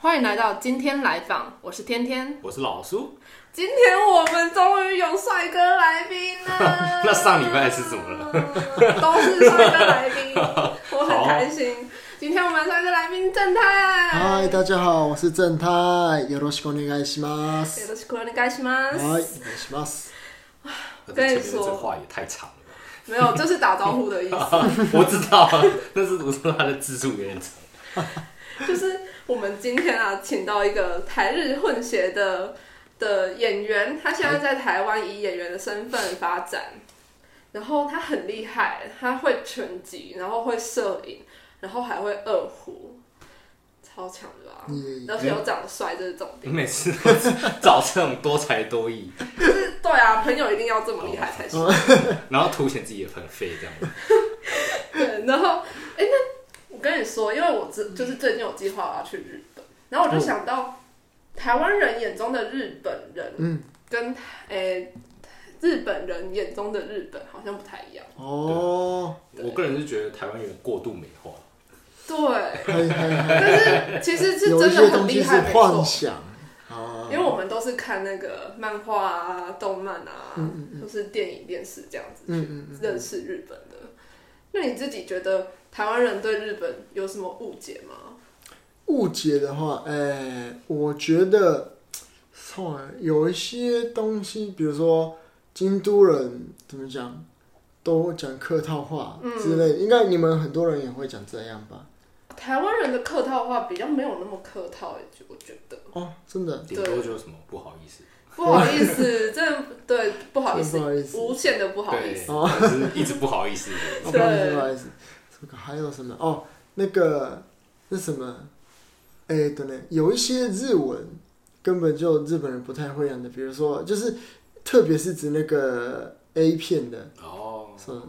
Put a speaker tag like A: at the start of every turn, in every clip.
A: 欢迎来到今天来访，我是天天。
B: 我是老苏，
A: 今天我们终于有帅哥来宾了。
B: 那上礼拜是怎么了？
A: 都是帅哥来 宾，我很开心。今天我们帅哥来宾正太。
C: 嗨，大家好，我是正太，よろしくお願いしま
A: よ
C: す。
A: ろしくお願いしま
C: はい、お願い
A: す。
C: します。
B: 我
A: 跟你
B: 前面
A: 说
B: 这话也太长了吧。
A: 没有，这是打招呼的意思。
B: 我知道啊，但是我说他的字数有点长。
A: 就是我们今天啊，请到一个台日混血的的演员，他现在在台湾以演员的身份发展，然后他很厉害，他会拳击，然后会摄影，然后还会二胡，超强的吧？
C: 嗯
A: 而且又长得帅，这是重
B: 你
A: 点。
B: 每次都是找这种多才多艺，
A: 就是对啊，朋友一定要这么厉害才行。
B: 然后凸显自己也很废这样子。
A: 对，然后哎、那我跟你说，因为我之就是最近有计划我要去日本，然
C: 哦
A: 后我就想到台湾人眼中的日本人，
C: 嗯，
A: 跟哎、日本人眼中的日本好像不太一样。
C: 哦，
B: 我个人是觉得台湾有点过度美化，
A: 对，
C: はいはいは
A: 但是其实是
C: い。
A: 真
C: 有
A: 的
C: 一
A: 很
C: 些东
A: 厉
C: 西
A: 害，
C: 是
A: 没
C: 幻
A: 错。
C: 想啊
A: 因，为我们都是看那个漫画啊、动漫啊，都是电影、电视这样子
C: 嗯
A: 去认识日本的。那你自己觉得台湾人对日本有什么误解吗？
C: 误解的话，哎、我觉得，操啊，有一些东西，比如说京都人怎么讲，都讲客套话之类的，应该你们很多人也会讲这样吧？
A: 台湾人的客套话比较没有那么客套、欸，我觉得
C: 哦，真的，
B: 顶多就是什么不好意思，
A: 不好意 思，真的对不好意思，
C: 真不好意思
A: 无限的不好意
B: 对，
A: 思。
B: 就是一直不好意思。
C: 哦不好意思，不好意思。这个还有什么？哦，那个那什么，哎，等等，有一些日文根本就日本人不太会讲的，比如说，就是特别是指那个 A 片的，
B: 哦，
C: 是吧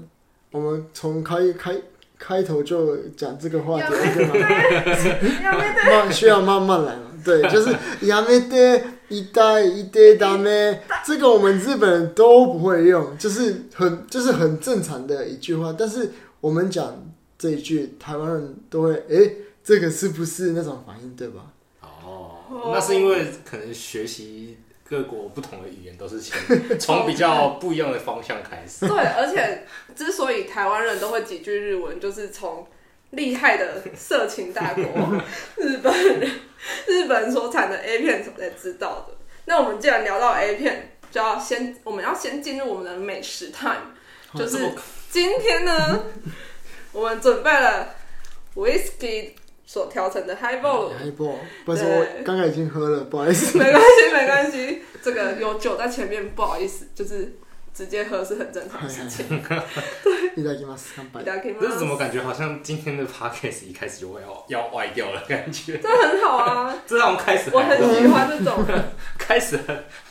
C: 我们从开开开头就讲这个话题，
A: やめ
C: 对吗？
A: 要不然
C: 慢需要慢慢来嘛。对，就是やめて、一代一代ダメ，这个我们日本人都不会用，就是很就是很正常的一句话。但是我们讲这一句，台湾人都会诶，这个是不是那种反应，对吧？
B: 哦，那是因为可能学习各国不同的语言都是
A: 哦
B: 先从比较不一样的方向开始。
A: 对，而且之所以台湾人都会几句日文，就是从厉害的色情大国 日本人日本所产的 A 片才知道的。那我们既然聊到 A 片，就要先我们要先进入我们的美食 time，就是
B: 这么
A: 今天呢，我们准备了 whisky 所调成的 highball。
C: 还不，不是我刚刚已经喝了，不好意思。
A: 没关系，没关系，这个有酒在前面，不好意思，就是直接喝是很正常的事情。
C: いただきます，干杯。
A: 大家可以
B: 这是怎么感觉？好像今天的 podcast 一开始就会要要歪掉了感觉。
A: 这很好啊，
B: 这让我们开始
A: 我
B: 还
A: 很喜欢这种，
B: 开始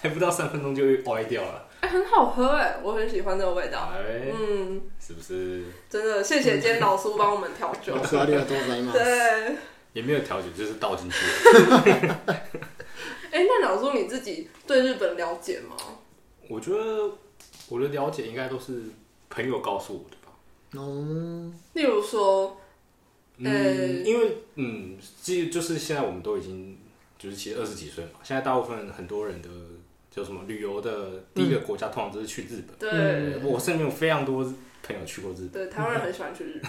B: 还不到三分钟就会歪掉了，
A: 哎、很好喝哎、我很喜欢这个味道。
B: 哎，
A: 嗯，
B: 是不是？
A: 真的，谢谢今天老苏帮我们调酒
C: 老。师，ありがとうございます。
A: 对，哎、
B: 也没有调酒，就是倒进去了。
A: 哎那老苏你自己对日本了解吗？
B: 我觉得我的了解应该都是朋友告诉我的吧。
C: 哦，
A: 例如说，
B: 嗯，因为嗯，其就是现在我们都已经就是其实二十几岁嘛，现在大部分很多人的叫什么旅游的第
A: 嗯
B: 一个国家，通常都是去日本。
A: 对、
B: 对我身边有非常多朋友去过日
A: 对，台湾人很喜欢去日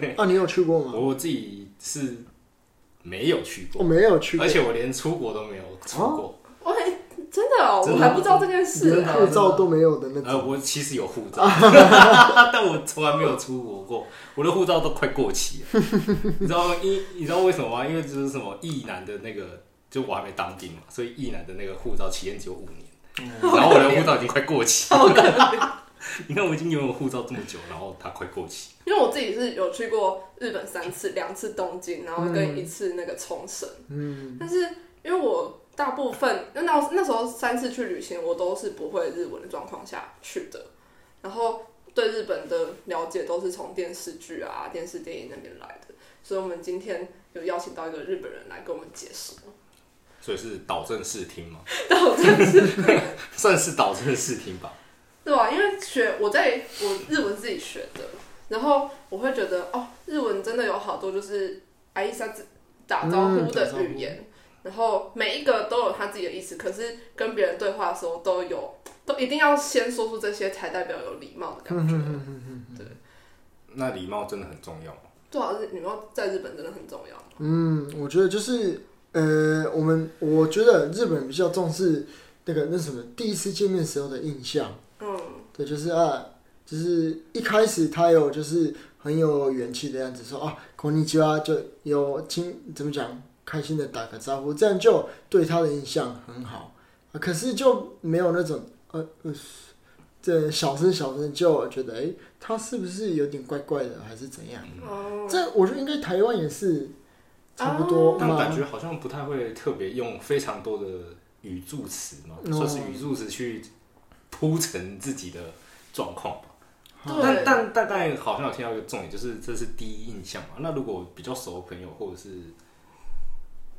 A: 本。
C: 啊，你有去过
B: 本，
C: 吗？
B: 我自己是没有去
C: 我
B: 过，
C: 没有去过哦
B: 而，且我连出国都没有出过。
A: 我还真的哦、我
B: 真的
A: 还不知道这件事、
C: 连
A: 哎
C: 护照都没有的那
B: 呃，
C: 种。
B: 我其实有 护照，但我从来没有出国过，我的护照都快过期了。你知道因你知道为什么吗？因为就是什么役男的那个，就我还没当兵嘛，所以役男的那个护照期限只有五年，
C: 嗯
B: 然后我的护照已经快过期 了。你看我已经拥有护照这么久，然后它快过期。
A: 因为我自己是有去过日本三次，两次东京，然后跟一次那个冲绳。嗯，但是因为我大部分那那那时候三次去旅行，我都是不会日文的状况下去的，然后对日本的了解都是从电视剧啊、电视电影那边来的，所以我们今天有邀请到一个日本人来跟我们解说。
B: 所以是导正视听 嘛，
A: 但我真的是
B: 算是导正视听吧。
A: 对吧、因为学我在我日文自己学的，然后我会觉得哦，日文真的有好多就是挨一下子打招呼的语言，然后每一个都有他自己的意思，可是跟别人对话的时候都有，都一定要先说出这些才代表有礼貌的感觉。
B: 那礼貌真的很重要吗？
A: 对啊，礼貌在日本真的很重要。
C: 嗯，我觉得就是呃，我们我觉得日本人比较重视那个那什么第一次见面时候的印象。
A: 嗯，
C: 对，就是啊，就是一开始他有就是很有元气的样子，说啊，こんにちは，就有亲怎么讲，开心的打个招呼，这样就对他的印象很好。啊、可是就没有那种呃呃，这小声小声就觉得，哎、他是不是有点怪怪的，还是怎样？
A: 哦，
C: 这我觉得应该台湾也是差不多
B: 但我感
C: 嘛。
B: 觉好像不太会特别用非常多的语助词嘛，
A: 嗯
C: 哦
B: 算是语助词去铺陈自己的状况吧。但
A: 对，
B: 但大概好像有听到一个重点，就是这是第一印象嘛。那如果比较熟的朋友或者是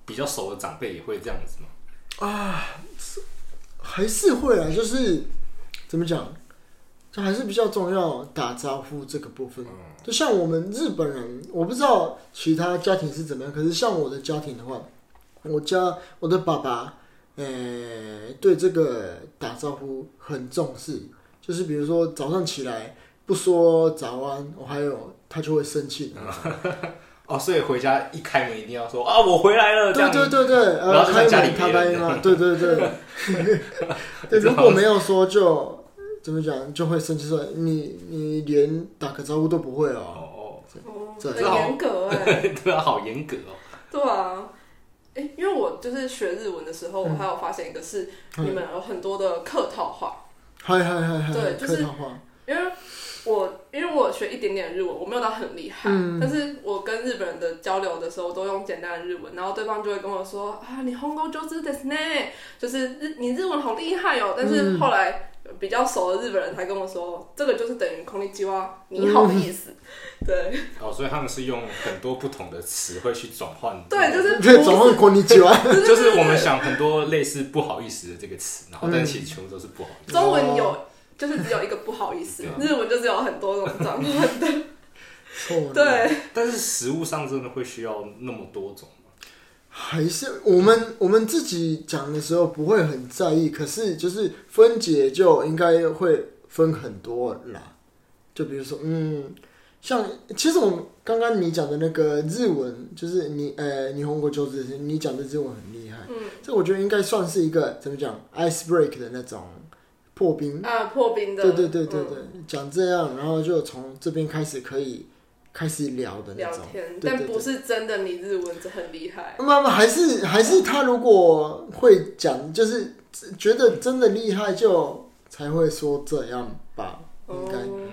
B: 比较熟的长辈也会这样子嘛？
C: 还是会啊，就是怎么讲，就还是比较重要打招呼这个部分。就像我们日本人，我不知道其他家庭是怎么样，可是像我的家庭的话，我家我的爸爸，呃、对这个打招呼很重视，就是比如说早上起来不说早安，我还有他就会生气的那种。
B: 哦，所以回家一开门一定要说啊，我回来了。这
C: 对
B: 样
C: 对对对，
B: 然
C: 呃，
B: 后就
C: 开
B: 在家里
C: 门他
B: 别
C: 答
B: 人
C: 应嘛，对 对对。对，如果没有说就怎么讲，就会生气说你你连打个招呼都不会
B: 哦
C: 哦。
B: 哦，
A: 哦，
C: 这
A: 很严格哎、
B: 对啊，好严格哦。
A: 对啊，哎、因为我就是学日文的时候，我还有发现一个是、
C: 嗯
A: 你们有很多的客套话，
C: 嗨嗨嗨嗨，
A: 对就是
C: 客套话，
A: 因为我因为我学一点点日文，我没有到很厉害，
C: 嗯
A: 但是我跟日本人的交流的时候都用简单的日文，然后对方就会跟我说啊，你 Hongo 就是ですね，就是日你日文好厉害哦，但是后来。比较熟的日本人才跟我说，这个就是等于空力基哇，你好的意思。
C: 嗯
A: 对
B: 哦，所以他们是用很多不同的词汇去转换。
A: 对，就是不
C: 对，总
A: 是
C: 会过你 几 万。
B: 就是我们想很多类似不好意思的这个词，然后但其实全部都是不好意思。
A: 中文有，就是只有一个不好意思
B: 对啊，
A: 日文就是有很多种 转换的。
C: 错，
A: 对，
B: 但是食物上真的会需要那么多种吗？
C: 还是我们我们自己讲的时候不会很在意，可是就是分解就应该会分很多啦。就比如说，嗯，像其实我们刚刚你讲的那个日文，就是你呃，你红国就子，你讲的日文很厉害，
A: 嗯，
C: 这我觉得应该算是一个怎么讲 ice break 的那种破冰，
A: 啊，破冰的，
C: 对对对对
A: 嗯
C: 对，讲这样，然后就从这边开始可以开始聊的那
A: 嗯聊
C: 种，
A: 天，
C: 对
A: 但
C: 对对
A: 不是真的你日文很厉害。
C: 妈妈还是还是他如果会讲，就是觉得真的厉害，就才会说这样吧，应该。
A: 哦，
B: 嗯，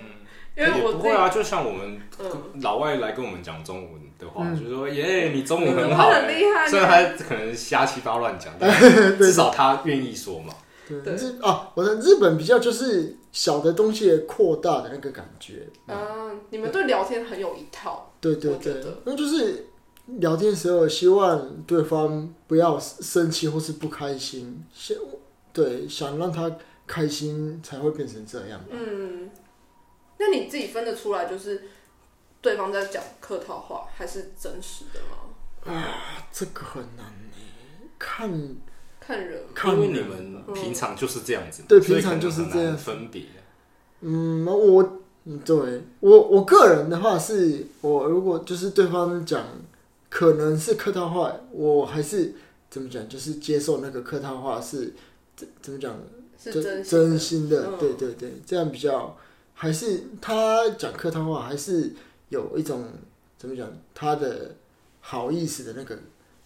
A: 因为我
B: 也不
A: 自
B: 会
A: 己
B: 啊，就像我们
A: 嗯
B: 老外来跟我们讲中文的话，
C: 嗯
B: 就说耶，你中文很好、欸
A: 嗯你中文很厉害啊
B: 虽然他可能瞎七八乱讲，但 至少他愿意说嘛。
C: 对，
A: 对
C: 日啊，我的日本比较就是小的东西扩大的那个感觉，
A: 啊，你们对聊天很有一套，
C: 对对
A: 我觉
C: 对
A: 得，
C: 那就是聊天时候希望对方不要生气或是不开心，想对想让他开心才会变成这样。
A: 嗯，那你自己分得出来就是对方在讲客套话还是真实的吗？
C: 啊这个很难欸看
A: 看人吗，
C: 看
B: 因为
C: 人
B: 你们平常就是这样子嘛，
C: 对
B: 所以
C: 平常就是
B: 可能很难
C: 这样
B: 分别。
C: 嗯，我嗯对我我个人的话是，我如果就是对方讲可能是客套话，我还是怎么讲，就是接受那个客套话是怎怎么讲，
A: 是真
C: 真
A: 心的
C: 心的，
A: 嗯
C: 对对对，这样比较还是他讲客套话，还是有一种怎么讲他的好意思的那个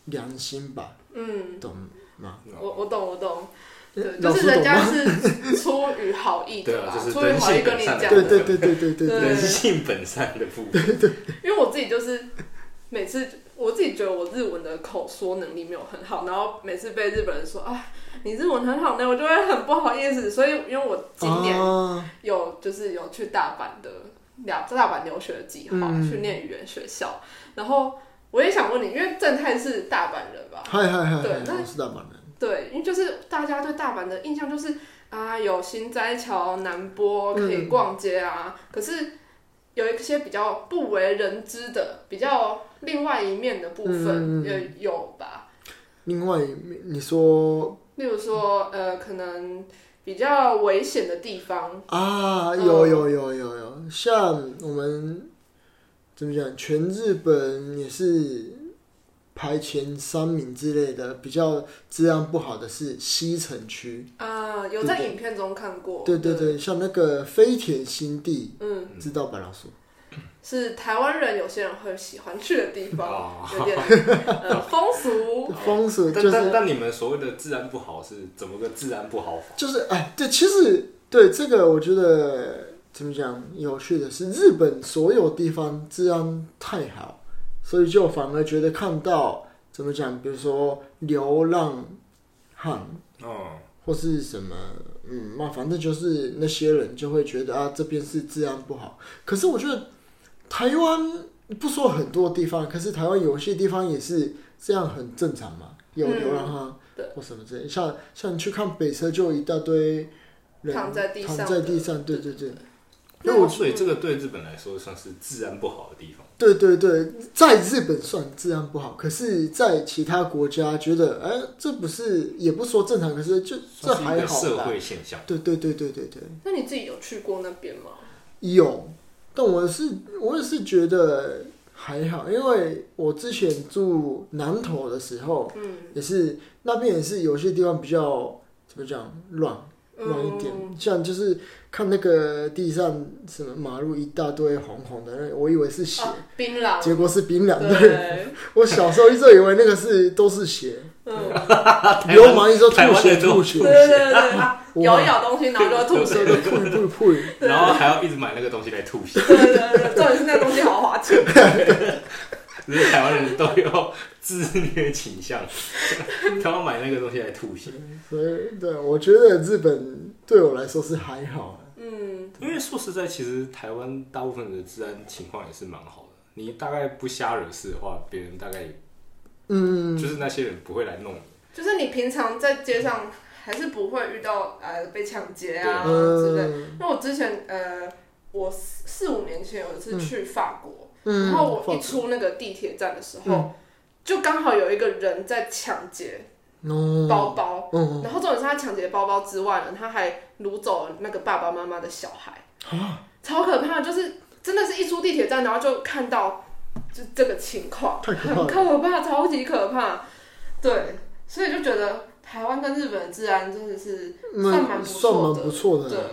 C: 良心吧，
A: 嗯。
C: 懂吗？
B: 哦
A: 我我懂我懂，对，
C: 老
A: 就
C: 师
A: 是人
C: 懂
A: 家
C: 吗？
A: 是出于好意
B: 对
A: 的
B: 啊
A: 啦，
B: 就是
A: 出于好意跟你
B: 人性本善
A: 讲
B: 的
C: 对
A: 的，
C: 对对对对对
A: 对
B: 人性本善的部分，
A: 因为我自己就是每次我自己觉得我日文的口说能力没有很好，然后每次被日本人说啊你日文很好呢，我就会很不好意思，所以因为我今年
C: 啊
A: 有就是有去大阪的两大阪留学的计划、
C: 嗯
A: 去念语言学校，然后我也想问你，因为正太是大阪人吧？
C: 嗨嗨嗨
A: 对
C: 嗨，
A: 那
C: 我是大阪人。
A: 对，因为就是大家对大阪的印象就是啊，有新斋桥、南
C: 嗯
A: 波可以逛街啊，可是有一些比较不为人知的、比较另外一面的部分
C: 嗯嗯嗯
A: 也有吧？
C: 另外你说
A: 例如说，呃，可能比较危险的地方，
C: 啊，
A: 嗯
C: 有有有有有，像我们怎么讲，全日本也是排前三名之类的，比较治安不好的是西城区。
A: 啊、有在影片中看过。
C: 对对对，像那个飞田新地，
A: 嗯，
C: 知道吧，老师？
A: 是台湾人有些人会喜欢去的地方
B: 哦，
A: 有点呃风俗。
C: 风俗
B: 但
C: 就
B: 但
C: 是
B: 但你们所谓的治安不好是怎么个治安不好法？
C: 就是哎，对，其实对这个我觉得怎么讲，有趣的是日本所有地方治安太好，所以就反而觉得看到怎么讲，比如说流浪汉
B: 嗯，
C: 或是什么，嗯，那反正就是那些人就会觉得啊，这边是治安不好。可是我觉得台湾不说很多地方，可是台湾有些地方也是这样，很正常嘛，有
A: 嗯
C: 流浪汉、
A: 对
C: 或什么之类。像像你去看北车，就一大堆人
A: 躺在地上
C: 躺在地上，
A: 的
C: 对对对。
B: 那我
C: 嗯
B: 所以这个对日本来说算是治安不好的地方。
C: 对对对，在日本算治安不好，可是，在其他国家觉得，哎、这不是也不说正常，可是就这
B: 算是一
C: 还
B: 个
C: 好
B: 社
C: 吧。
B: 会现 象。
C: 对对对对对对。
A: 那你自己有去过那边吗？
C: 有，但我是我也是觉得还好，因为我之前住南投的时候，
A: 嗯，
C: 也是那边也是有些地方比较怎么讲乱乱一点，
A: 嗯
C: 像就是看那个地上什么马路一大堆红红的，那我以为是血，
A: 啊，槟榔，
C: 结果是槟榔。对，
A: 对，
C: 我小时候一直以为那个是都是血，
A: 嗯，
B: 台湾
C: 流氓一说
B: 台
C: 吐
B: 湾
C: 血
B: 人
C: 吐
B: 都
A: 对
C: 血，
A: 对对对，咬
C: 哇
A: 一咬东西，然后就会吐
C: 吐
A: 血。
C: 血吐吐吐。
B: 然后还要一直买那个东西来吐血，
A: 对对对，对重点是那东西好滑稽。
B: 只是台湾人都有自虐倾向，他们买那个东西来吐血。
C: 所以对，我觉得日本对我来说是还好。
A: 嗯，
B: 因为说实在，其实台湾大部分的治安情况也是蛮好的。你大概不瞎惹事的话，别人大概也
C: 嗯，
B: 就是那些人不会来弄你。
A: 就是你平常在街上还是不会遇到呃被抢劫啊之类的。
C: 嗯
A: 那我之前呃，我四四五年前有一次去法国，
C: 嗯，
A: 然后我一
C: 放
A: 出那个地铁站的时候，
C: 嗯
A: 就刚好有一个人在抢劫包
C: 哦，
A: 包。
C: 嗯，
A: 然后重点是他抢劫包包之外呢，他还掳走了那个爸爸妈妈的小孩，
C: 啊
A: 超可怕！就是真的是一出地铁站，然后就看到就这个情况，
C: 太可怕
A: 很
C: 了。
A: 可怕，超级可怕。对，所以就觉得台湾跟日本的治安真的是算蛮
C: 那
A: 不
C: 嗯算
A: 错
C: 蛮
A: 的，
C: 不错
A: 对
C: 的，，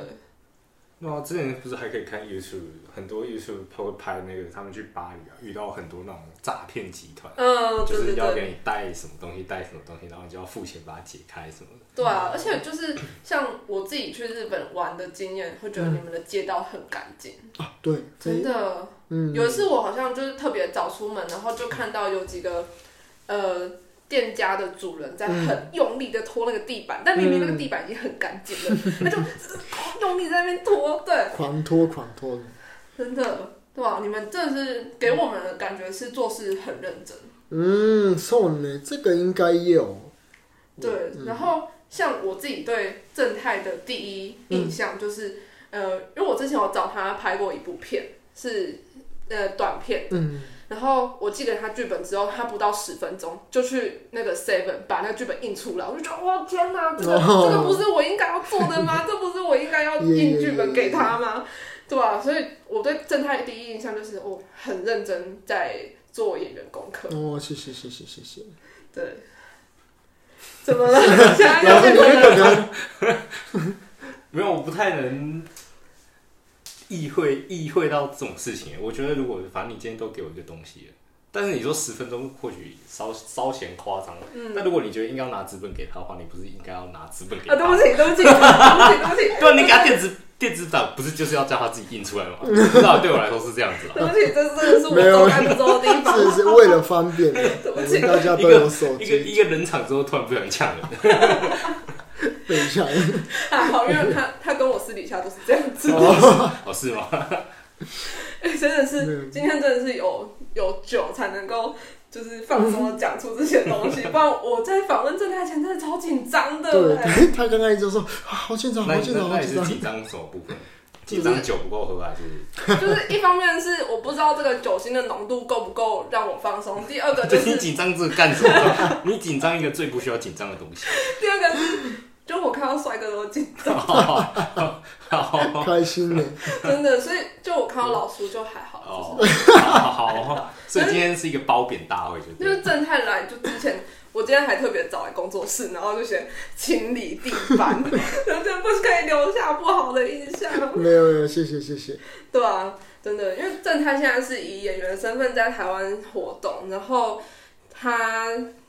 B: 那、之前不是还可以看 YouTube，很多 YouTube 他会拍那个他们去巴黎啊，遇到很多那种诈骗集团，
A: 嗯，
B: 就
A: 对对
B: 是要给
A: 对，
B: 你带什么东西，带什么东西，然后你就要付钱把它解开什么的。
A: 对啊！而且就是像我自己去日本玩的经验，会觉得你们的街道很干净，
C: 啊，对，
A: 真的。
C: 嗯，
A: 有一次我好像就是特别早出门，然后就看到有几个呃店家的主人在很用力的拖那个地板，但明明那个地板已经很干净了，他就用力在那边拖，对，
C: 狂拖狂拖的，
A: 真的。对吧、你们真的是给我们的感觉是做事很认真，
C: 嗯，送呢，这个应该有，嗯
A: 对。然后像我自己对正太的第一印象就是，呃，因为我之前有找他拍过一部片，是呃短片，
C: 嗯，
A: 然后我寄给他剧本之后，他不到十分钟就去那个 Seven 把那个剧本印出来，我就觉得哇天哪，这个、
C: 哦
A: 这个不是我应该要做的 吗？这不是我应该要印剧本给他吗？对吧、所以我对正太的第一印象就是我、哦、很认真在做演员功课。
C: 哦，谢谢谢谢谢谢，
A: 对，怎么了？现在要变成了
B: 没有，我不太能意会意会到这种事情。我觉得如果反正你今天都给我一个东西了，但是你说十分钟或许稍稍嫌夸张，嗯，那如果你觉得应该要拿资本给他的话，你不是应该要拿资本给他？
A: 啊？对不起，对不起，对不起，对不起，
B: 对啊，你给他电子电子档，不是就是要叫他自己印出 来吗？至少对我来说是这样子啦。
A: 对 不起，这真的是我
C: 没有
A: 做该不做的地方。
C: 这是为了方便，
A: 对
C: 我
A: 不
C: 们
A: 起，
C: 大家都有手
B: 一个
C: 机
B: 一个冷场之后，突然不想呛 人，
C: 备下来，
A: 还啊好，因为他他跟我私底下都是这样子。
B: 哦是吗？
A: 哎，真的
C: 嗯
A: 是，今天真的是有有酒才能够就是放松的讲出这些东 西，不然我在访问正太前真的超紧张的。
C: 对
A: 哎
C: 对，他刚刚一直说啊好紧张，
B: 那
C: 好
B: 你
C: 紧
B: 那
C: 张，好
B: 那你
C: 紧
B: 是
C: 张，
B: 紧张什么部分？紧张酒不够喝还是？
A: 就是一方面是我不知道这个酒精的浓度够不够让我放松，第二个啊就
B: 对
A: 是
B: 你紧张这干什么？ 你紧张一个最不需要紧张的东 西。哦
A: 第二个是，就我看到帅哥都紧张，
B: 好，
C: 开心 呢。
A: 真的，所以就我看到老叔就还好，
B: 哦，好，好，所以今天是一个褒贬大会，就
A: 就是就是
B: 对。
A: 正太来就之前。我今天还特别找来工作室，然后就写清理地板，然后这不是可以留下不好的印象，
C: 没有没有，谢谢谢谢。
A: 对啊，真的，因为正太现在是以演员的身份在台湾活动，然后他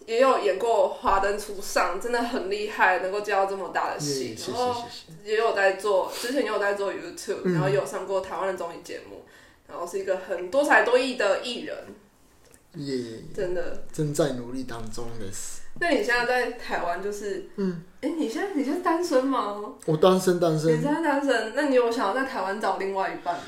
A: 也有演过《华灯初上》，真的很厉害，能够接到这么大的
C: 耶
A: 戏
C: 谢，谢谢
A: 然后
C: 谢。
A: 也有在做，之前也有在做 YouTube，然后也有上过台湾的综艺节目，然后是一个很多才多艺的艺人，
C: 耶耶耶，
A: 真的。
C: 正在努力当中的事。
A: 那你现在在台湾就是，嗯，哎、你现在你现在单身吗？
C: 我单身单
A: 你现
C: 身，
A: 在单身，那你有想要在台湾找另外一半吗？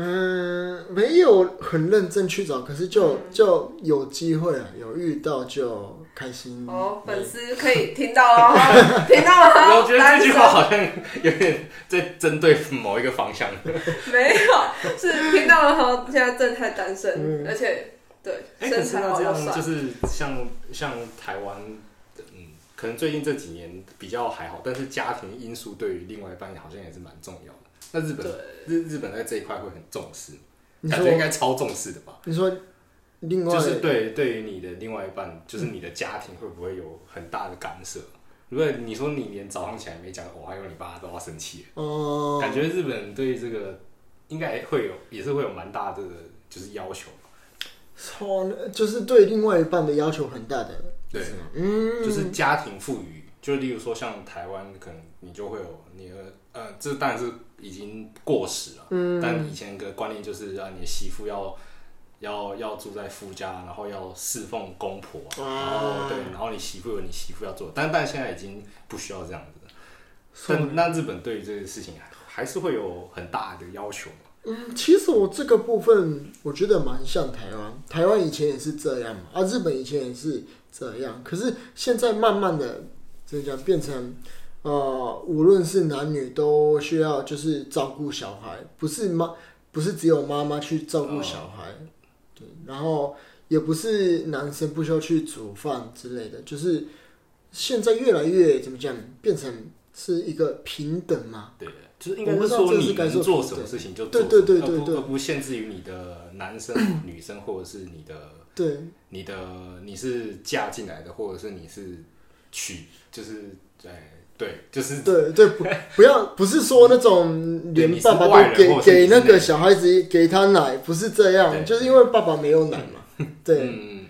C: 嗯，没有很认真去找，可是就就有机会了，有遇到就开心。
A: 哦，粉丝可以听到了 哦，听到了哦，
B: 我觉得这句话好像有点在针对某一个方向。
A: 单身没有，是听到了哦，现在正太单身，
C: 嗯
A: 而且对
B: 哎，可
A: 身
B: 是
A: 材
B: 那
A: 好
B: 这
A: 又
B: 样
A: 帅
B: 就，是像像台湾，嗯，可能最近这几年比较还好，但是家庭因素对于另外一半好像也是蛮重要的。那日本
A: 对
B: 日日本在这一块会很重视，
C: 你
B: 感觉应
C: 说
B: 该超重视的吧？
C: 你说另外
B: 就是对对于你的另外一半，就是你的家庭会不会有很大的干涉？如果你说你连早上起来没讲我还有你爸都要生气了，
C: 哦，
B: 感觉日本人对这个应该会有，也是会有蛮大的就是要求吧。
C: 超就是对另外一半的要求很大的，
B: 对，
C: 是吗嗯，
B: 就是家庭赋予，就例如说像台湾，可能你就会有你的呃，这当然是已经过时了，
C: 嗯
B: 但以前的观念就是啊，你的媳妇要要要住在夫家，然后要侍奉公婆，
C: 啊
B: 然后对，然后你媳妇有你媳妇要做，但但现在已经不需要这样子了。但那日本对于这个事情还还是会有很大的要求嘛
C: 嗯，其实我这个部分我觉得蛮像台湾，台湾以前也是这样嘛，啊，日本以前也是这样，可是现在慢慢的怎么讲变成，呃，无论是男女都需要就是照顾小孩，不是妈，不是只有妈妈去照顾小孩，对，然后也不是男生不需要去煮饭之类的，就是现在越来越怎么讲，变成是一个平等嘛，
B: 对，就是应该
C: 我不
B: 是
C: 知道
B: 说
C: 这
B: 你
C: 是该
B: 能
C: 做
B: 做
C: 什
B: 什么
C: 么
B: 事情就做
C: 对
B: 什么，
C: 对对对
B: 而不
C: 对
B: 而不限制于你的男 生、女生或者是你的
C: 对。
B: 你的你是嫁进来的，或者是你是娶，就是哎对，就是
C: 对对，不不要，不是说那种
B: 对
C: 连
B: 你是
C: 爸爸
B: 外人
C: 都给
B: 或者是
C: 给
B: 你是
C: 那个
B: 内
C: 小孩子给他奶，不是这
B: 对
C: 样，就是因为爸爸没有奶嘛。对，
B: 嗯，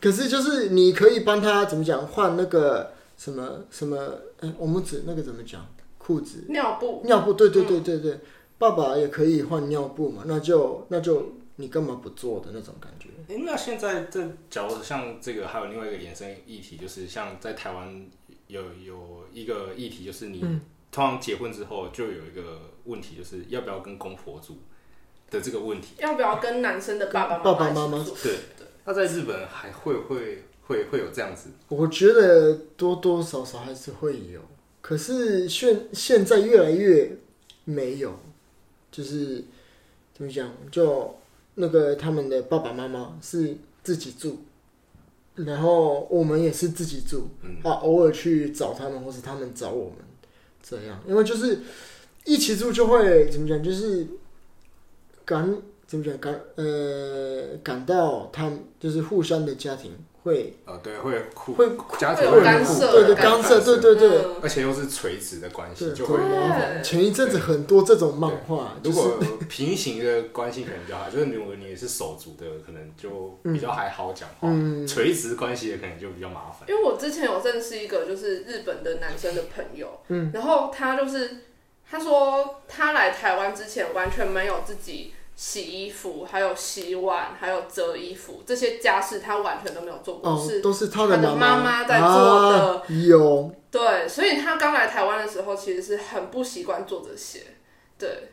C: 可是就是你可以帮他怎么讲换那个什么什么，哎、我们指那个怎么讲裤子
A: 尿布
C: 尿布，对对对对对，爸爸也可以换尿布嘛，那就那就你干嘛不做的那种感觉？
B: 诶那现在这，假如像这个，还有另外一个衍生议题，就是像在台湾有有一个议题，就是你
C: 嗯
B: 通常结婚之后就有一个问题，就是要不要跟公婆住的这个问题。
A: 要不要跟男生的爸爸
C: 爸
A: 妈
C: 爸
A: 妈
C: 妈
A: 一
C: 妈
A: 起住？
B: 对，那在日本还会会会会有这样子，
C: 我觉得多多少少还是会有，可是现现在越来越没有，就是怎么讲，就那个他们的爸爸妈妈是自己住，然后我们也是自己住，
B: 嗯
C: 啊，偶尔去找他们，或是他们找我们，这样，因为就是一起住就会怎么讲，就是感怎么讲感呃感到他们就是互相的家庭会。
B: 呃，对，会哭
C: 会
B: 家
A: 会
B: 庭
A: 有
B: 会
A: 干
B: 互
A: 涉
C: 对对
A: 感
C: 干涉，对对对，
A: 嗯
B: 而且又是垂直的关系，
C: 对，
B: 就
C: 很
B: 会
C: 麻烦。前一阵子很多这种漫画，就
B: 如
C: 是
B: 果平行的关系可能比较好，就是如果你是手足的，可能就比较还好讲话；
C: 嗯
B: 垂直关系的可能就比较麻烦。
A: 因为我之前有认识一个就是日本的男生的朋友，嗯，然后他就是他说他来台湾之前完全没有自己洗衣服，还有洗碗，还有折衣服这些家事，他完全都没有做过，
C: 哦
A: 是，
C: 都是他
A: 他的
C: 妈
A: 妈妈在做的
C: 啊有
A: 对，所以他刚来台湾的时候其实是很不习惯做这些，对，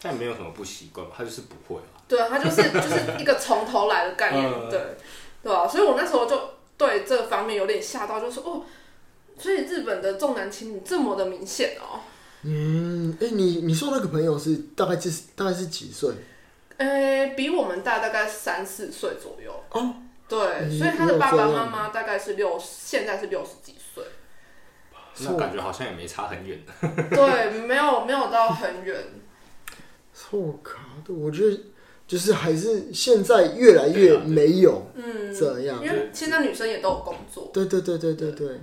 B: 他也没有什么不习惯吧，他就是不会啊。
A: 对他就是就是一个从头来的概念，
B: 嗯
A: 对，对吧、所以我那时候就对这方面有点吓到，就说哦，所以日本的重男轻女这么的明显哦。
C: 嗯，哎、你你说那个朋友是大概是大概是几岁？
A: 呃，比我们大大概三四岁左右。
C: 哦，
A: 对，
C: 你
A: 所以他的爸
C: 你
A: 爸
C: 有这
A: 妈
C: 样
A: 妈大概是六，现在是六十几 岁。
B: 那感觉好像也没差很远的。
A: 对，没有没有到很远。
C: 错卡的，我觉得就是还是现在越来越没有
A: 嗯，
C: 这样。
A: 因为现在女生也都有工作。
C: 对对对对对对，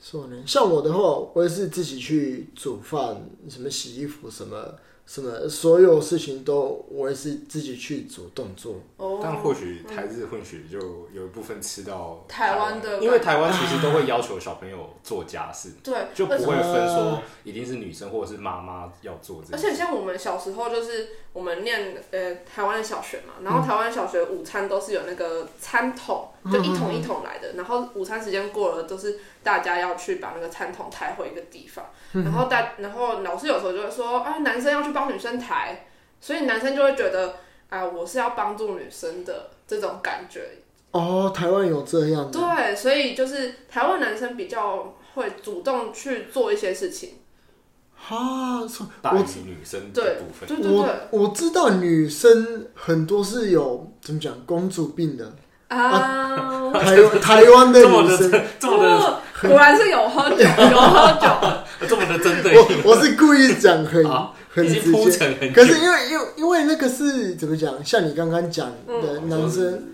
C: 错呢。像我的话，我也是自己去煮饭，什么洗衣服，什么什么，所有事情都我也是自己去主动做。
B: 但
A: 哦，
B: 或许台日混血就有一部分吃到
A: 台湾的
B: 因为台湾其实都会要求小朋友做家事，
A: 对，
B: 就不
A: 而且
B: 会分说一定是女生或者是妈妈要做这
A: 而
B: 些。
A: 且像我们小时候，就是我们念呃台湾的小学嘛，然后台湾小学午餐都是有那个餐桶，就一桶一桶来的。然后午餐时间过了，都是大家要去把那个餐桶抬回一个地方。然后大，然后老师有时候就会说啊，男生要去帮女生抬，所以男生就会觉得啊，我是要帮助女生的这种感觉。
C: 哦，台湾有这样的，
A: 对，所以就是台湾男生比较会主动去做一些事情。
C: 哈，错
B: 大
C: 啊我
B: 于女生
A: 对
B: 的嗯部，分，
A: 对对对
C: 我。我知道女生很多是有怎么讲公主病 的，
A: 啊，
C: 台湾台湾的
B: 这么
C: 女
B: 的
C: 生，
B: 针这么的
A: 不哦果然是有喝 酒，有喝酒。
B: 这么的针对性
C: 我我是故意讲很
B: 啊，
C: 很
B: 已
C: 直
B: 经铺
C: 接。
B: 陈很久
C: 可。是因为因为因为那个是怎么讲？像你刚刚讲的，
B: 嗯
C: 男生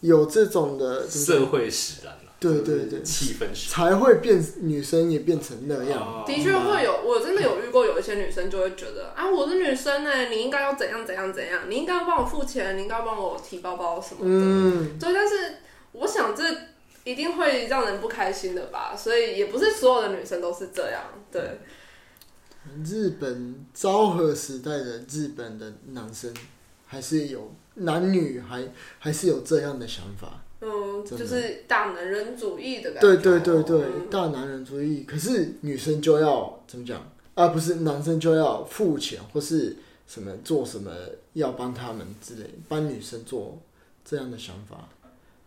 C: 有这种的，怎么讲
B: 社会使然啊，
C: 对
B: 就是
C: 对对
B: 气氛使
C: 才会变女生也变成那样。
B: 然。
A: 的确会有，我真的有遇过有一些女生就会觉得啊，我是女生哎、你应该要怎样怎样怎样，你应该要帮我付钱，你应该要帮我提包包什么的。
C: 嗯，
A: 对，但是我想这一定会让人不开心的吧，所以也不是所有的女生都是这样。对，
C: 日本昭和时代的日本的男生还是有男女还还是有这样的想法。
A: 嗯，
C: 真
A: 就
C: 的
A: 是大男人主义的感觉。
C: 对对对对
A: 嗯，
C: 大男人主义。可是女生就要怎么讲啊？不是男生就要付钱或是什么做什么要帮他们之类，帮女生做这样的想法。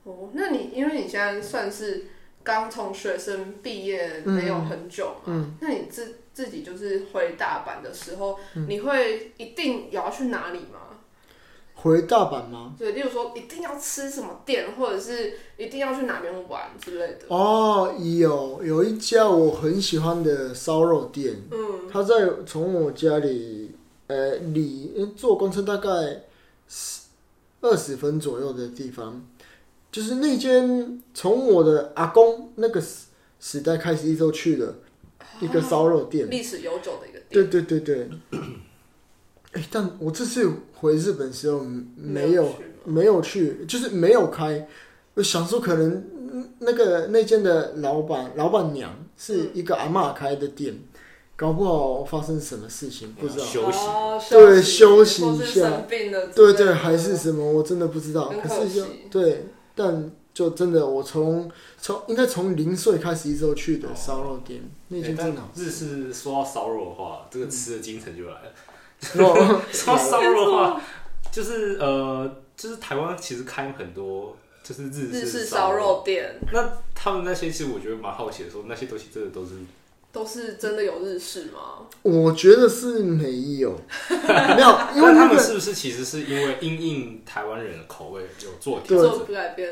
A: 哦，那你因为你现在算是刚从学生毕业
C: 嗯
A: 没有很久嘛，那你自自己就是回大阪的时候，
C: 嗯
A: 你会一定有要去哪里吗？
C: 回大阪吗？
A: 对，例如说一定要吃什么店，或者是一定要去哪边玩之类的。
C: 哦，有有一家我很喜欢的烧肉店，
A: 嗯，
C: 它在从我家里呃里呃坐公车大概二十分左右的地方，就是那间从我的阿公那个时时代开始一直都去的一
A: 啊
C: 个烧肉店。
A: 历史悠久的一个
C: 对
A: 店。
C: 对对对。哎、但我这次回日本时候没有
A: 去吗
C: 没有去，就是没有开。我想说，可能嗯那个那间的老板老板娘是
A: 嗯
C: 一个阿嬷开的店，搞不好发生什么事情，不知道。
B: 休息
A: 哦
C: 对休息
A: 或
C: 一
A: 是
C: 下
A: 生病了之类的，
C: 对对，还是什么，我真的不知道。
A: 很
C: 可
A: 可
C: 是就
A: 惜
C: 对，但就真的，我从从应该从零岁开始一直都去
A: 哦
C: 的烧肉店，那
B: 哎
C: 间
B: 但
C: 真的好
B: 日式说到烧肉的话，这个吃的精神就来了。
A: 嗯
C: 吃。 哦
B: 说到烧肉的话，就是呃，就是台湾其实开很多就是日
A: 日式
B: 烧
A: 烧。肉店
B: 那他们那些其实我觉得蛮好奇的，说那些东西真的都是
A: 都是真的有日式吗？
C: 我觉得是没有，没有，因
B: 那他
C: 为那
B: 们
C: 个
B: 是不是其实是因为因应台湾人的口味有做调
C: 对
A: 做
B: 整？
A: 改编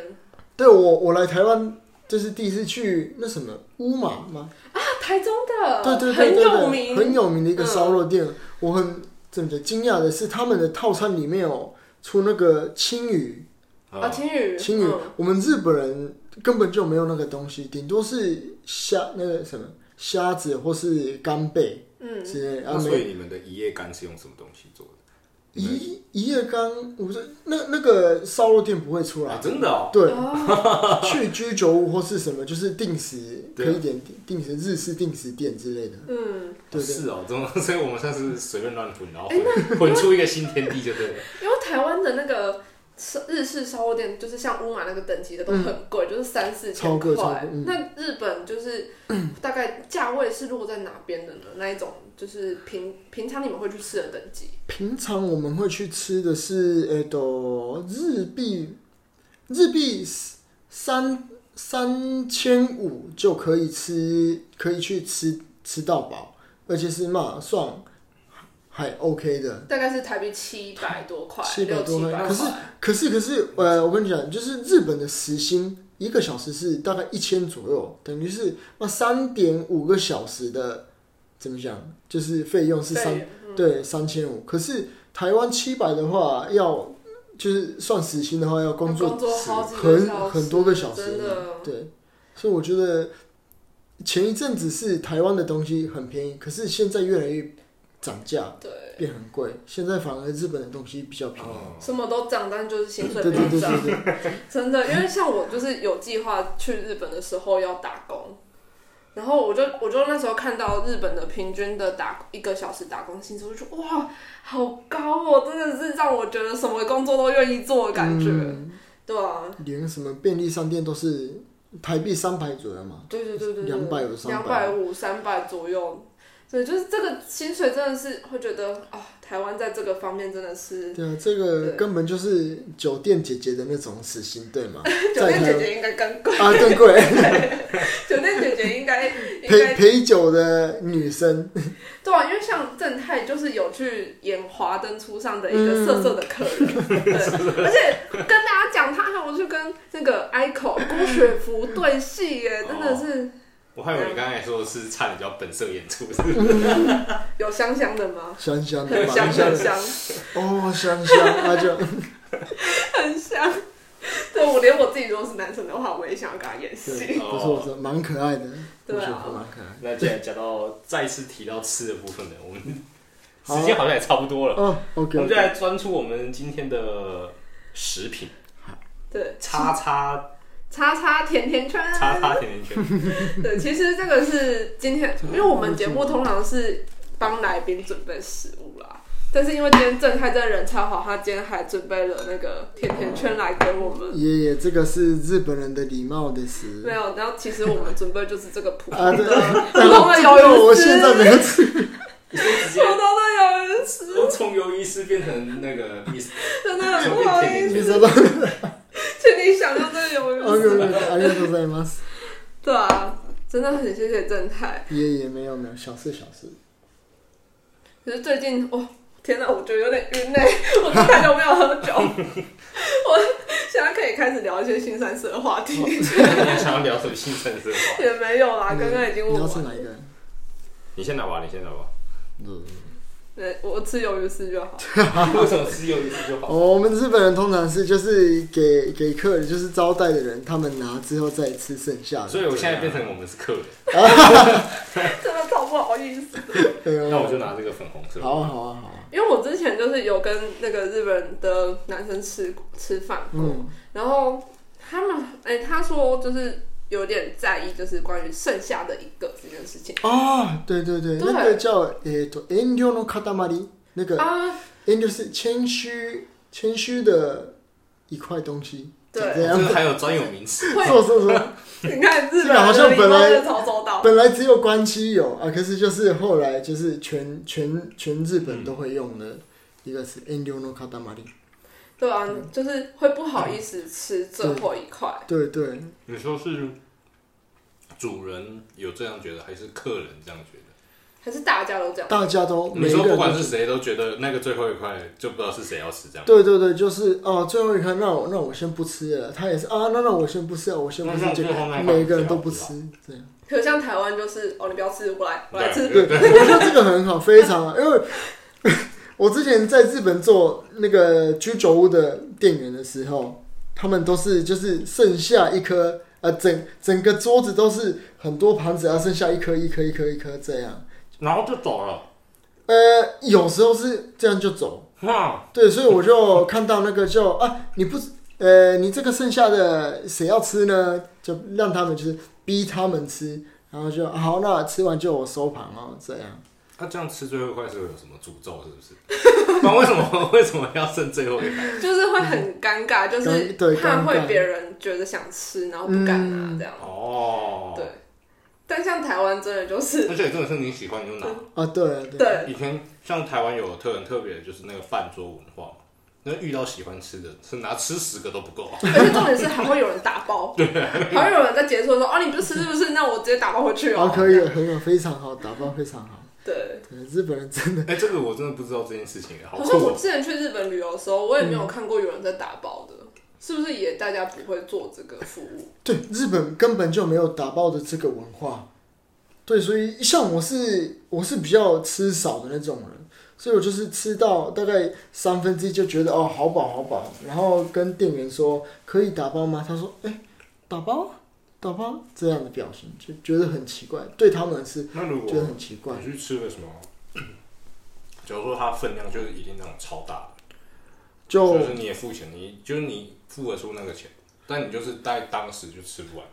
C: 对我我来台湾就是第一次去那什么乌马吗？
A: 啊，台中的
C: 对
A: 呃
C: 对对
A: 很
C: 对
A: 有
C: 对，
A: 名，
C: 很有名的一个烧肉店。我很怎么讲惊讶的是，他们的套餐里面有出那个青鱼，
A: 啊，
B: 嗯
A: 青鱼，
C: 青鱼，
A: 嗯
C: 我们日本人根本就没有那个东西，顶多是虾那个什么虾子或是干贝
A: 嗯，
C: 之类的，啊
B: 那所
C: 没
B: 以你们的一夜干是用什么东西做的？
C: 一一夜干，我说那那个烧肉店不会出来
B: 啊，，真的哦，
C: 对，
A: 哦，
C: 去居酒屋或是什么，就是定时可
B: 对啊
C: 以点定时日式定时店之类的。
A: 嗯，
C: 对对哎
B: 是哦，怎么？ 所以我们算是随便乱混，然后混混出一个新天地就对了。
A: 因为台湾的那个烧日式烧肉店，就是像乌马那个等级的都很贵，就是三四
C: 超
A: 千
C: 贵超
A: 块
C: 贵嗯。
A: 那日本就是大概价位是落在哪边的呢？那一种就是平平常你们会去吃的等级，
C: 平常我们会去吃的是呃都日币，日币三三千五就可以吃，可以去吃吃到饱。而且是骂算还 OK 的。
A: 大概是台币七百多块，
C: 700多块
A: 六七百
C: 可是可是可是，呃，我跟你讲，就是日本的时薪一个小时是大概一千左右，等于是那三点五个小时的怎么讲，就是费用是三
A: 对嗯
C: 对三千五。可是台湾七百的话，要就是算时薪的话，要工作
A: 工作好几个
C: 很
A: 小时
C: 很多个小时
A: 真的。
C: 对，所以我觉得前一阵子是台湾的东西很便宜，可是现在越来越涨价，
A: 对，
C: 变很贵。现在反而日本的东西比较便宜。
B: 哦，
A: 什么都涨，但就是薪水
C: 对
A: 没
C: 对
A: 有
C: 对
A: 涨。
C: 对对，
A: 真的，因为像我就是有计划去日本的时候要打工，然后我就我就那时候看到日本的平均的打一个小时打工薪资，我就觉得哇，好高哦，真的是让我觉得什么工作都愿意做的感觉。
C: 嗯
A: 对啊，
C: 连什么便利商店都是台币三百左右嘛，
A: 对对对对对，
C: 200有300
A: 两百五、三百左右。对，就是这个薪水真的是会觉得啊，台湾在这个方面真的是，
C: 对啊，这个
A: 对？
C: 根本就是酒店姐姐的那种死薪，对吗
A: 酒店
C: 台
A: 姐
C: 湾
A: 姐应该更贵，
C: 啊 更贵，
A: 酒店姐姐应该 应该
C: 陪陪酒的女生，
A: 对啊，因为像正太就是有去演《华灯初上》的一个色色的客人，对，而且跟大家讲，他还有去跟那个 Ico 郭雪芙对戏耶，真的是
B: 我还以为你刚才说的是差点叫本色演出，是不是
A: 有香香的吗？
C: 香香的
A: 很
C: 嘛，
A: 香
C: 哦香
A: 很
C: 的
A: 香
C: 哦，香香，那就
A: 很香，对我连我自己如果是男生的话，我也想要跟他演
C: 对，
A: 戏。
C: 不错不错，蛮可爱的，
A: 对啊
C: 我觉得蛮可爱的。
B: 那既然讲到再次提到吃的部分呢，我们
C: 好啊
B: 时间好像也差不多了，
C: 哦
B: 我
C: ，OK，
B: 们就来专出我们今天的食品，
A: 对，
B: 叉叉
A: 叉叉甜甜圈，
B: 叉叉甜甜圈，
A: 对，其实这个是今天，因为我们节目通常是帮来宾准备食物啦，但是因为今天正太真的人超好，他今天还准备了那个甜甜圈来给我们。
C: 爷爷，这个是日本人的礼貌的
A: 没
C: 事
A: 有，然后其实我们准备就是这个普
C: 啊，
A: 通
C: 对，
A: 的、普
C: 这
A: 通的
C: 个
A: 鱿
C: 我
A: 鱼
C: 现
A: 丝，
C: 在没有吃，
B: 你说直接
A: 普通的鱿鱼丝，
B: 我从鱿鱼丝变成那个意思，
A: 真的很不好意
C: 你
A: 思，
C: 知道
A: 请你想象这个鱿鱼
C: ？OK
A: 丝。
C: OK，ありがとうございます。
A: 对啊，真的很谢谢正太。
C: 爷爷没有没有，小事小事。
A: 可是最近，哦，天哪，我觉得有点晕嘞， 我真的太久没有喝 酒，我现在可以开始聊一些新三色的话
C: 哦
A: 题，
B: 你想要聊什么新生色话？
A: 也没有啦，刚刚已经
C: 嗯你
A: 问
C: 要吃
A: 完了
C: 哪一个？
B: 你先来吧，你先来吧。
A: 对，我吃鱿鱼丝就好。
B: 为什么吃鱿鱼丝就好？
C: 哦，我们日本人通常是就是给给客人，就是招待的人，他们拿之后再吃剩下的。
B: 所以我现在变成我们是客人，
A: 真的超不好意思的，
C: 对啊
B: 那我就拿这个粉红色。
C: 好啊好啊好啊，
A: 因为我之前就是有跟那个日本的男生吃吃饭过，
C: 嗯，
A: 然后他们哎、他说就是有点在意，就是关于剩下的一个这件事情
C: 哦，对对对，
A: 对
C: 那个叫诶，と遠慮の塊，那个
A: 啊，
C: 远慮是谦虚谦虚的一块东西，
A: 对
C: 长这
B: 就
C: 样。
B: 是还有专有名词，
A: 会
C: 说说说，
A: 你看日本
C: 是啊好
A: 人
C: 像
A: 的礼
C: 本
A: 貌
C: 来
A: 真的超周到，
C: 本来只有关西有啊，可是就是后来就是全全全日本都会用的一个词遠慮の塊。
A: 对啊，就是会不好意思吃最后一块。
C: 嗯对对，
B: 你说是主人有这样觉得，还是客人这样觉得？
A: 还是大家都这样，
C: 大家都
B: 你
C: 每一
B: 说
C: 个
B: 不
C: 人
B: 管
C: 都
B: 是谁都觉得那个最后一块就不知道是谁要吃这样。
C: 对对对，就是哦，最后一看，那我那我先不吃了。他也是啊，那那我先不吃了，我先不
B: 那那
C: 吃，就
B: 最后那一
C: 每一个
B: 盘最
C: 人都
B: 好
C: 不
B: 吃啊
C: 吃，这样。
A: 可像台湾就是哦，你不要吃，我来我来吃，
C: 对，啊我觉得这个很好，非常好，因为 我之前在日本做那个居酒屋的店员的时候，他们都是就是剩下一颗，呃，整整个桌子都是很多盘子，然后剩下一颗一颗一颗一颗这样。
B: 然后就走了。
C: 呃，有时候是这样就走，
B: 哇，
C: 对，所以我就看到那个就啊，你不呃，你这个剩下的谁要吃呢？就让他们就是逼他们吃，然后就啊好，那吃完就我收盘哦，这样。
B: 那这样吃最后一块是会有什么诅咒？是不是？ 那为什么为什么要剩最后一块？
A: 就是会很尴 尬，就是
C: 尴对
A: 怕
C: 尴
A: 会
C: 尬嗯
A: 别人觉得想吃，然后不敢拿这样。
B: 哦，
A: 对，，但像台湾真的就是
B: 而且这种是你喜欢你就拿。
C: 啊，对啊对啊，
A: 对
B: 以前像台湾有特很特别，的就是那个饭桌文化嘛。那遇到喜欢吃的，是拿吃十个都不够啊。
A: 而且重点是还会有人打 包，还会有人在结束的时候，哦，你不吃是不是？那我直接打包回去
C: 啊
A: 哦。
C: 可以，很好，非常好，打包非常好。
A: 对，
C: 对日本人真的
B: 哎、这个我真的不知道这件事情，好
A: 好像
B: 酷
A: 我
B: 哦、
A: 之前去日本旅游的时候，我也
C: 嗯
A: 没有看过有人在打包的，是不是也大家不会做这个服务？
C: 对日本根本就没有打包的这个文化。对，所以像我是我是比较吃少的那种人，所以我就是吃到大概三分之一就觉得哦好饱好饱，然后跟店员说可以打包吗？他说哎、打包啊打包啊这样的表情就觉得很奇怪，对他们是
B: 那如
C: 觉得
B: 果
C: 很奇怪。
B: 你去吃个什么，假如说它分量就是一定那种超大的，
C: 就
B: 就是你也付钱，你就是你付得出那个钱，但你就是在当时就吃不完。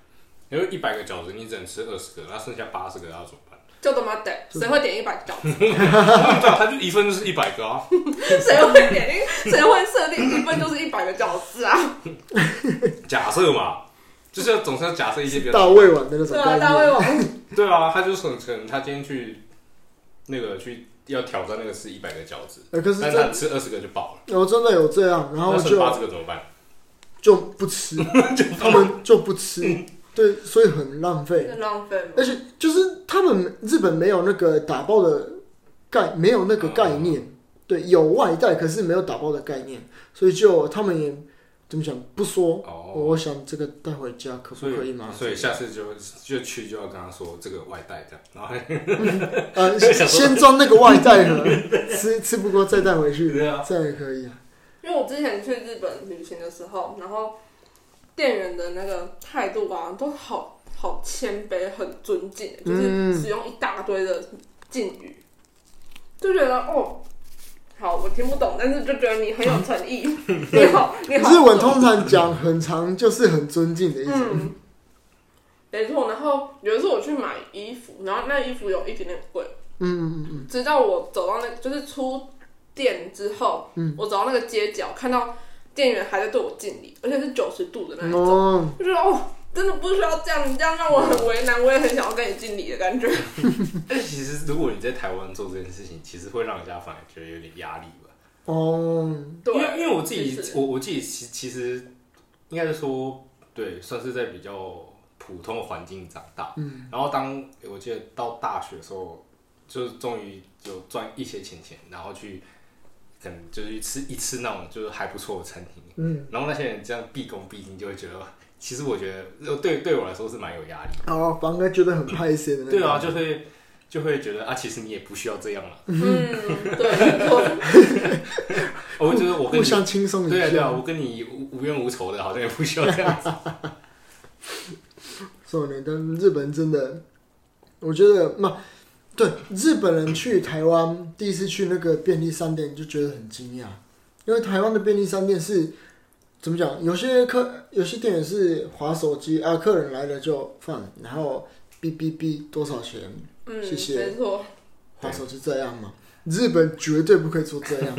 B: 因为一百个饺子，你只能吃二十个，那剩下八十个要怎么办？
A: 叫他妈点，谁会点一百饺子？
B: 对啊，它就一份就是一百个啊，
A: 谁会点一？谁会设定一份就是一百个饺子啊？
B: 假设嘛，就是要总是要假设一些比较
C: 大胃王的那种
A: 对
C: 概
A: 啊，
C: 念。
A: 大胃王
B: 对啊，他就是很可能他今天去那个去要挑战那个吃一百个饺子，
C: 呃，可是
B: 但他
C: 真
B: 吃二十个就饱了，
C: 我真的有这样，然后
B: 那剩
C: 就
B: 八十个怎么办？
C: 就 不吃，他们就不吃，
B: 嗯
C: 对，所以很浪费。
A: 很浪费吗？
C: 而且就是他们日本没有那个打包的概，没有那个概
B: 哦
C: 念，对，有外带，可是没有打包的概念，所以就他们也怎么讲不说。
B: 哦，
C: 我想这个带回家可不
B: 所以
C: 可以吗？
B: 所以下次就就去就要跟他说这个外带这样，然后
C: 呃，
B: 想说
C: 先装那个外 带盒，吃吃不过再带回去，
B: 对啊
C: 这样也可以啊。
A: 因为我之前去日本旅行的时候，然后店员的那个态度啊，都好好谦卑，很尊敬，就是使用一大堆的敬语，就觉得哦，好，我听不懂，但是就觉得你很有诚意，你好，你好，哦
C: 日文通常讲很长，就是很尊敬的意思。
A: 嗯，没错。然后有一次我去买衣服，然后那衣服有一点点贵，
C: 嗯嗯嗯，
A: 直到我走到那就是出店之后，
C: 嗯
A: 我走到那个街角，看到店员还在对我敬礼，而且是九十度的那一种，
C: 哦，
A: 就觉得哦，真的不需要这样，你这样让我很为难，我也很想要跟你敬礼的感 觉。
B: 但哎其实如果你在台湾做这件事情，其实会让人家反而觉得有点压力吧。
C: 哦，
A: 对，啊
B: 因为因为我自己
A: 其实
B: 我我自己其其实应该是说，对，算是在比较普通的环境长大。嗯，然后当我记得到大学的时候，就是终于有赚一些钱钱，然后去可能就是去吃一次那种就是还不错的餐厅。
C: 嗯，
B: 然后那些人这样毕恭毕敬，就会觉得，其实我觉得对对我来说是蛮有压力的。
C: 哦，反而觉得很拍些的那种。
B: 对啊，就会就会觉得啊，其实你也不需要这样了。
A: 嗯，对，没错
B: 我觉哦得我跟
C: 互
B: 你
C: 相轻松一
B: 对啊对啊，
C: 下。
B: 我跟你无无冤无仇的，好像也不需要这样子。
C: 所以呢，但日本真的，我觉得嘛，对日本人去台湾第一次去那个便利商店就觉得很惊讶，因为台湾的便利商店是怎么讲？有些客有些店员是划手机啊，客人来了就放，然后哔哔哔多少钱，
A: 嗯，
C: 谢谢
A: 没错，
C: 划手机这样嘛。日本绝对不可以做这样，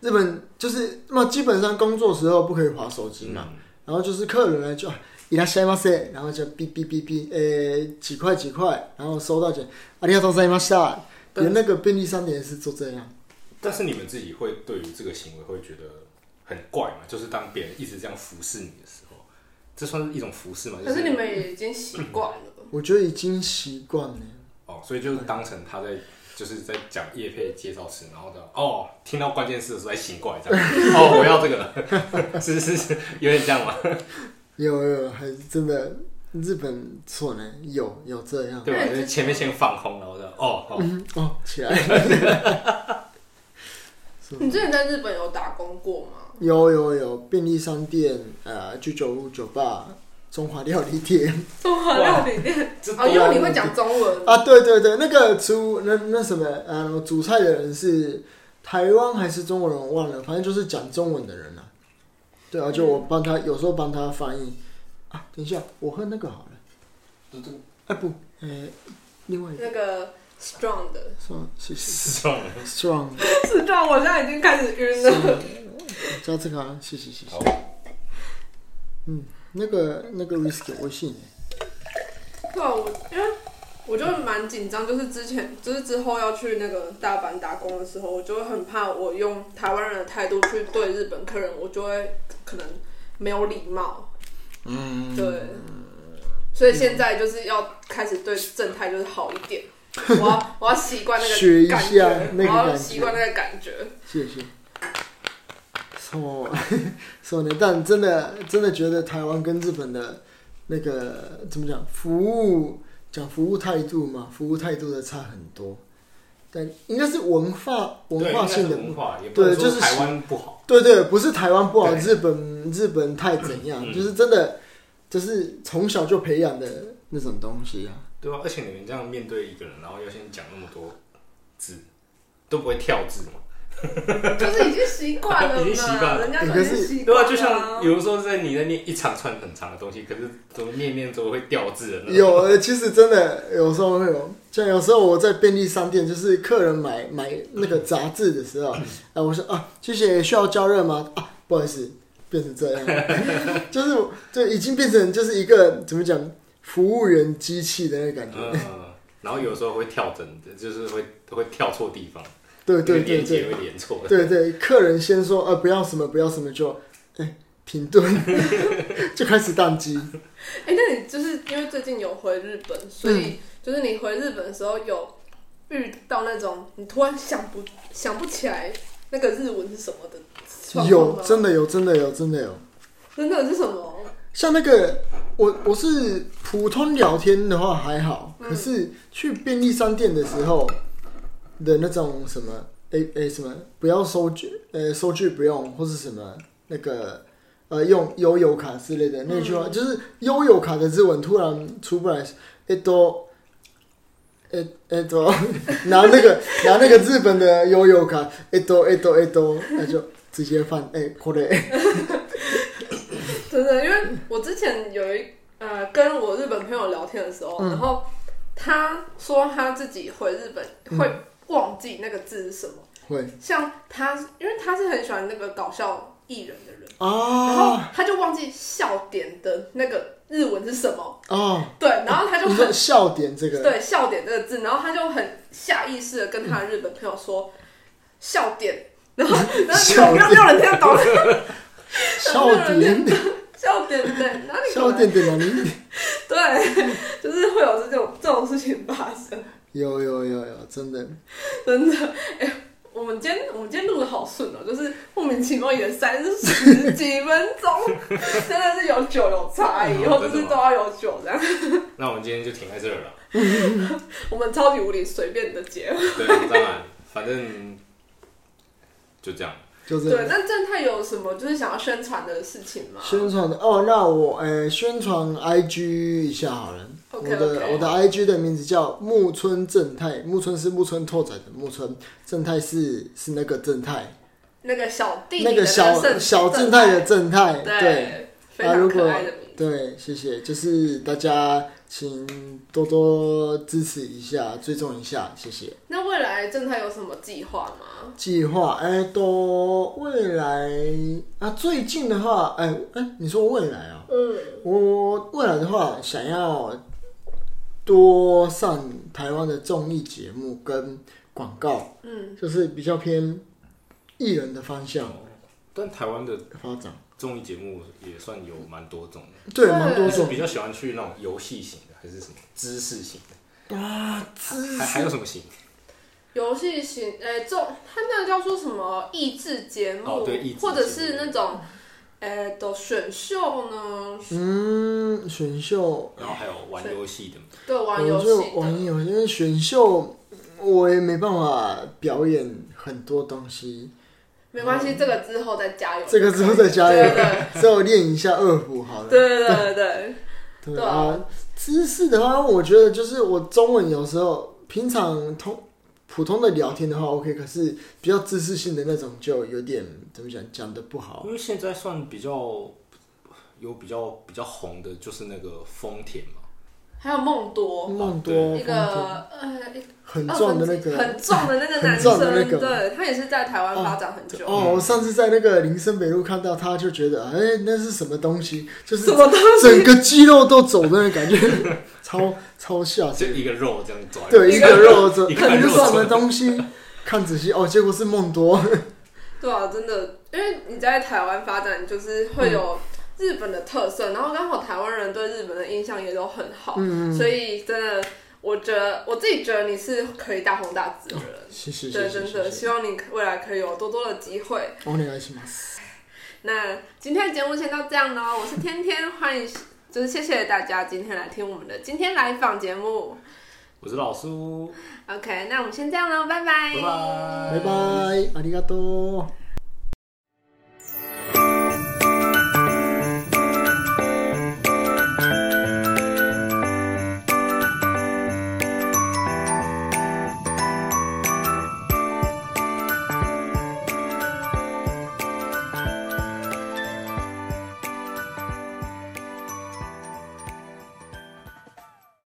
C: 日本就是那基本上工作时候不可以划手机嘛，然后就是客人来就啊伊拉西马塞，然后就哔哔哔哔，诶、几块几块，然后收到钱，ありがとうございました。连那个便利商店也是做这样，
B: 但是你们自己会对于这个行为会觉得很怪嘛？就是当别人一直这样服侍你的时候，这算是一种服侍嘛？就
A: 可是你们也已经习惯了。
C: 我觉得已经习惯了。
B: 哦，所以就是当成他在就是在讲叶配介绍词，然后的哦，听到关键字的时候才哎醒过来，这样 哦，我要这个了， 是是是，有点这样嘛？
C: 有有，还真的日本错呢，有有这样。
B: 对吧？就是前面先放空，然后的哦哦，
C: 嗯哦，起来
A: 你之前在日本有打工过吗？
C: 有有有便利商店，呃，居酒屋、酒吧、中华料理店
A: 中华料理店
B: 这
A: 哦，因为你会讲中文，
C: 啊，对对对，那个煮那那什么，呃，煮菜的人是台湾还是中国人，我忘了，反正就是讲中文的人啊。对啊，就我帮他，有时候帮他翻译啊。等一下，我喝那个好了。
B: 这这
C: 哎、不，呃、另外一个
A: 那个 strong 的
C: strong 谢谢
B: 是这样的
C: strong，
A: strong，我现在已经开始晕了。
C: 加这个啊，谢谢谢谢
B: 好。
C: 嗯，那个那个 whisky 我信耶
A: 对啊，我因为我就蛮紧张，就是之前就是之后要去那个大阪打工的时候，我就会很怕我用台湾人的态度去对日本客人，我就会可能没有礼貌。嗯，对。所以现在就是要开始对正太就是好一点，我要我要习惯那
C: 学一
A: 个
C: 下
A: 感觉，
C: 那个
A: 我要
C: 感
A: 习
C: 觉
A: 惯那个感觉。
C: 谢谢。 错错呢，但真的真的觉得台湾跟日本的那个怎么讲，服务讲服务态度嘛，服务态度的差很多。但应该是文化文化性的
B: 对应该是文化，也不
C: 对
B: 能
C: 就
B: 说
C: 是
B: 台湾不好。
C: 对对，不是台湾不好，
B: 对
C: 日本日本太怎样，
B: 嗯
C: 就是真的，就是从小就培养的那种东西啊。
B: 对啊，而且你们这样面对一个人，然后要先讲那么多字，都不会跳字嘛？
A: 就是已经习惯了嘛，
B: 已经习惯了
A: 人家说
C: 可
A: 已
C: 是
A: 经习
B: 对
A: 惯
B: 啊，
A: 了。
B: 就像有的时候在你在念一长串很长的东西，可是怎么念念都会掉字的那种。
C: 有，呃其实真的有时候会有，像有时候我在便利商店，就是客人买买那个杂志的时候，啊，我说啊，谢谢，需要加热吗？啊，不好意思，变成这样， 就是就已经变成就是一个怎么讲，服务员机器的那个感觉，
B: 嗯，然后有时候会跳针的，就是会会跳错地方，
C: 对对
B: 因为
C: 对
B: 连接
C: 对
B: 会连错。
C: 对对，客人先说呃不要什么不要什么就，哎停顿， 就开始宕机，
A: 哎、那你就是因为最近有回日本，所
C: 嗯
A: 以就是你回日本的时候有遇到那种你突然想不想不起来那个日文是什么的状况
C: 有
A: 吗？
C: 真的有真的有真的有。
A: 真的是什么？
C: 像那个我我是普通聊天的话还好，
A: 嗯
C: 可是去便利商店的时候的那种什么诶诶、什么不要收据，呃、收据不用，或是什么那个呃用悠游卡之类的那句话，就是悠游卡的日文突然出不来，诶都。诶诶都 拿那个拿那个日本的悠游卡，诶都诶都诶都，那就直接放诶これ
A: 真的，因为我之前有一呃跟我日本朋友聊天的时候，
C: 嗯
A: 然后他说他自己回日本
C: 嗯
A: 会忘记那个字是什么，
C: 会
A: 像他，因为他是很喜欢那个搞笑艺人的人，然后
C: 啊
A: 他就忘记笑点的那个日文是什么，
C: 啊！
A: 对，然后他就
C: 你
A: 很
C: 说笑点这个，
A: 对“笑点”这个字，然后他就很下意识的跟他的日本朋友说“笑点”，然 后然
C: 笑
A: 后没
C: 点
A: 有没有人听得懂
C: 笑点，
A: 笑点对，哪里
C: 笑点点哪里？
A: 对， 就是会有这种这种事情发生，
C: 有有有有，真的，
A: 真的。哎、我们今天我们今天录的好顺哦、就是莫名其妙演三十几分钟，真的是有酒有茶，以后就是都要有酒这样。
B: 那我们今天就停在这儿了。
A: 我们超级无理随便的结尾。
B: 对，当然，反正就这样。
C: 就这
A: 对，
C: 样。
A: 那正太有什么就是想要宣传的事情吗？
C: 宣传的哦，那我呃宣传 IG 一下好了。我
A: OK，OK
C: 的我的 IG 的名字叫木村正太，木村是木村拓展的木村，正太是是那个正太，
A: 那个小弟弟的
C: 那个小
A: 正
C: 小正
A: 正
C: 太的正太，对。
A: 对，非
C: 那
A: 常
C: 如果
A: 可爱的名字。
C: 对，谢谢，就是大家请多多支持一下，追踪一下，谢谢。
A: 那未来正太有什么计划吗？
C: 计划，哎、都未来啊，最近的话，哎、哎、你说未来啊，
A: 嗯，
C: 我未来的话，想要多上台湾的综艺节目跟广告，
A: 嗯，
C: 就是比较偏艺人的方向
B: 但台湾的
C: 发展，
B: 综艺节目也算有蛮多种的，
C: 对，
A: 对
C: 蛮多
B: 我是
C: 种
B: 比较喜欢去那种游戏型的，还是什么知识型的，
C: 啊，知
B: 还还有什么型？
A: 游戏型，呃、这种他那个叫做什么益智节目，
B: 哦对益智
A: 或者
B: 节
A: 是
B: 目
A: 那种，呃、的选秀呢，
C: 嗯，选秀，
B: 然后还有玩游戏的嘛，
A: 对，玩游
C: 我
A: 戏
C: 就
A: 的，
C: 玩游戏，因为选秀我也没办法表演很多东西，
A: 没关系，这个之后再加油，
C: 这个之后再加
A: 对
C: 油。
A: 对
C: 之后练一下二胡好了。
A: 对对对对，
C: 对
A: 对
C: 啊
A: 啊，
C: 知识的话，我觉得就是我中文有时候平常通普通的聊天的话 OK，可是比较知识性的那种就有点怎么讲讲的不好。
B: 因为现在算比较有比较比较红的，就是那个丰田嘛，
A: 还有梦多。
C: 梦多
A: 一个呃，一
C: 很壮的那
A: 二
C: 个
A: 分之很壮的那个男
C: 很壮
A: 生，
C: 的那个
A: 对他也是在台湾发展很久。
C: 哦，我上次在那个林森北路看到他，就觉得哎、那是什么东西？就是
A: 什么东西
C: 整个肌肉都走的那种 感觉，超超吓死
B: 就
C: 人。
B: 一个肉这样抓，
C: 对，一个肉这
B: 一个
C: 看这是
B: 肉
C: 什么东西？看仔细哦，结果是梦多。
A: 对啊，真的，因为你在台湾发展，就是会有日本的特色，然后刚好台湾人对日本的印象也都很好，所以真的，我觉得我自己觉得你是可以大红大紫的人，
C: 是是
A: 对，真的希望你未来可以有多多的机会。
C: お願いします。
A: 那今天的节目先到这样喽，我是天天，欢迎，就是谢谢大家今天来听我们的今天来访节目。
B: 我是老苏，
A: OK，那我们先这样喽，
B: 拜
C: 拜拜，ありがとう。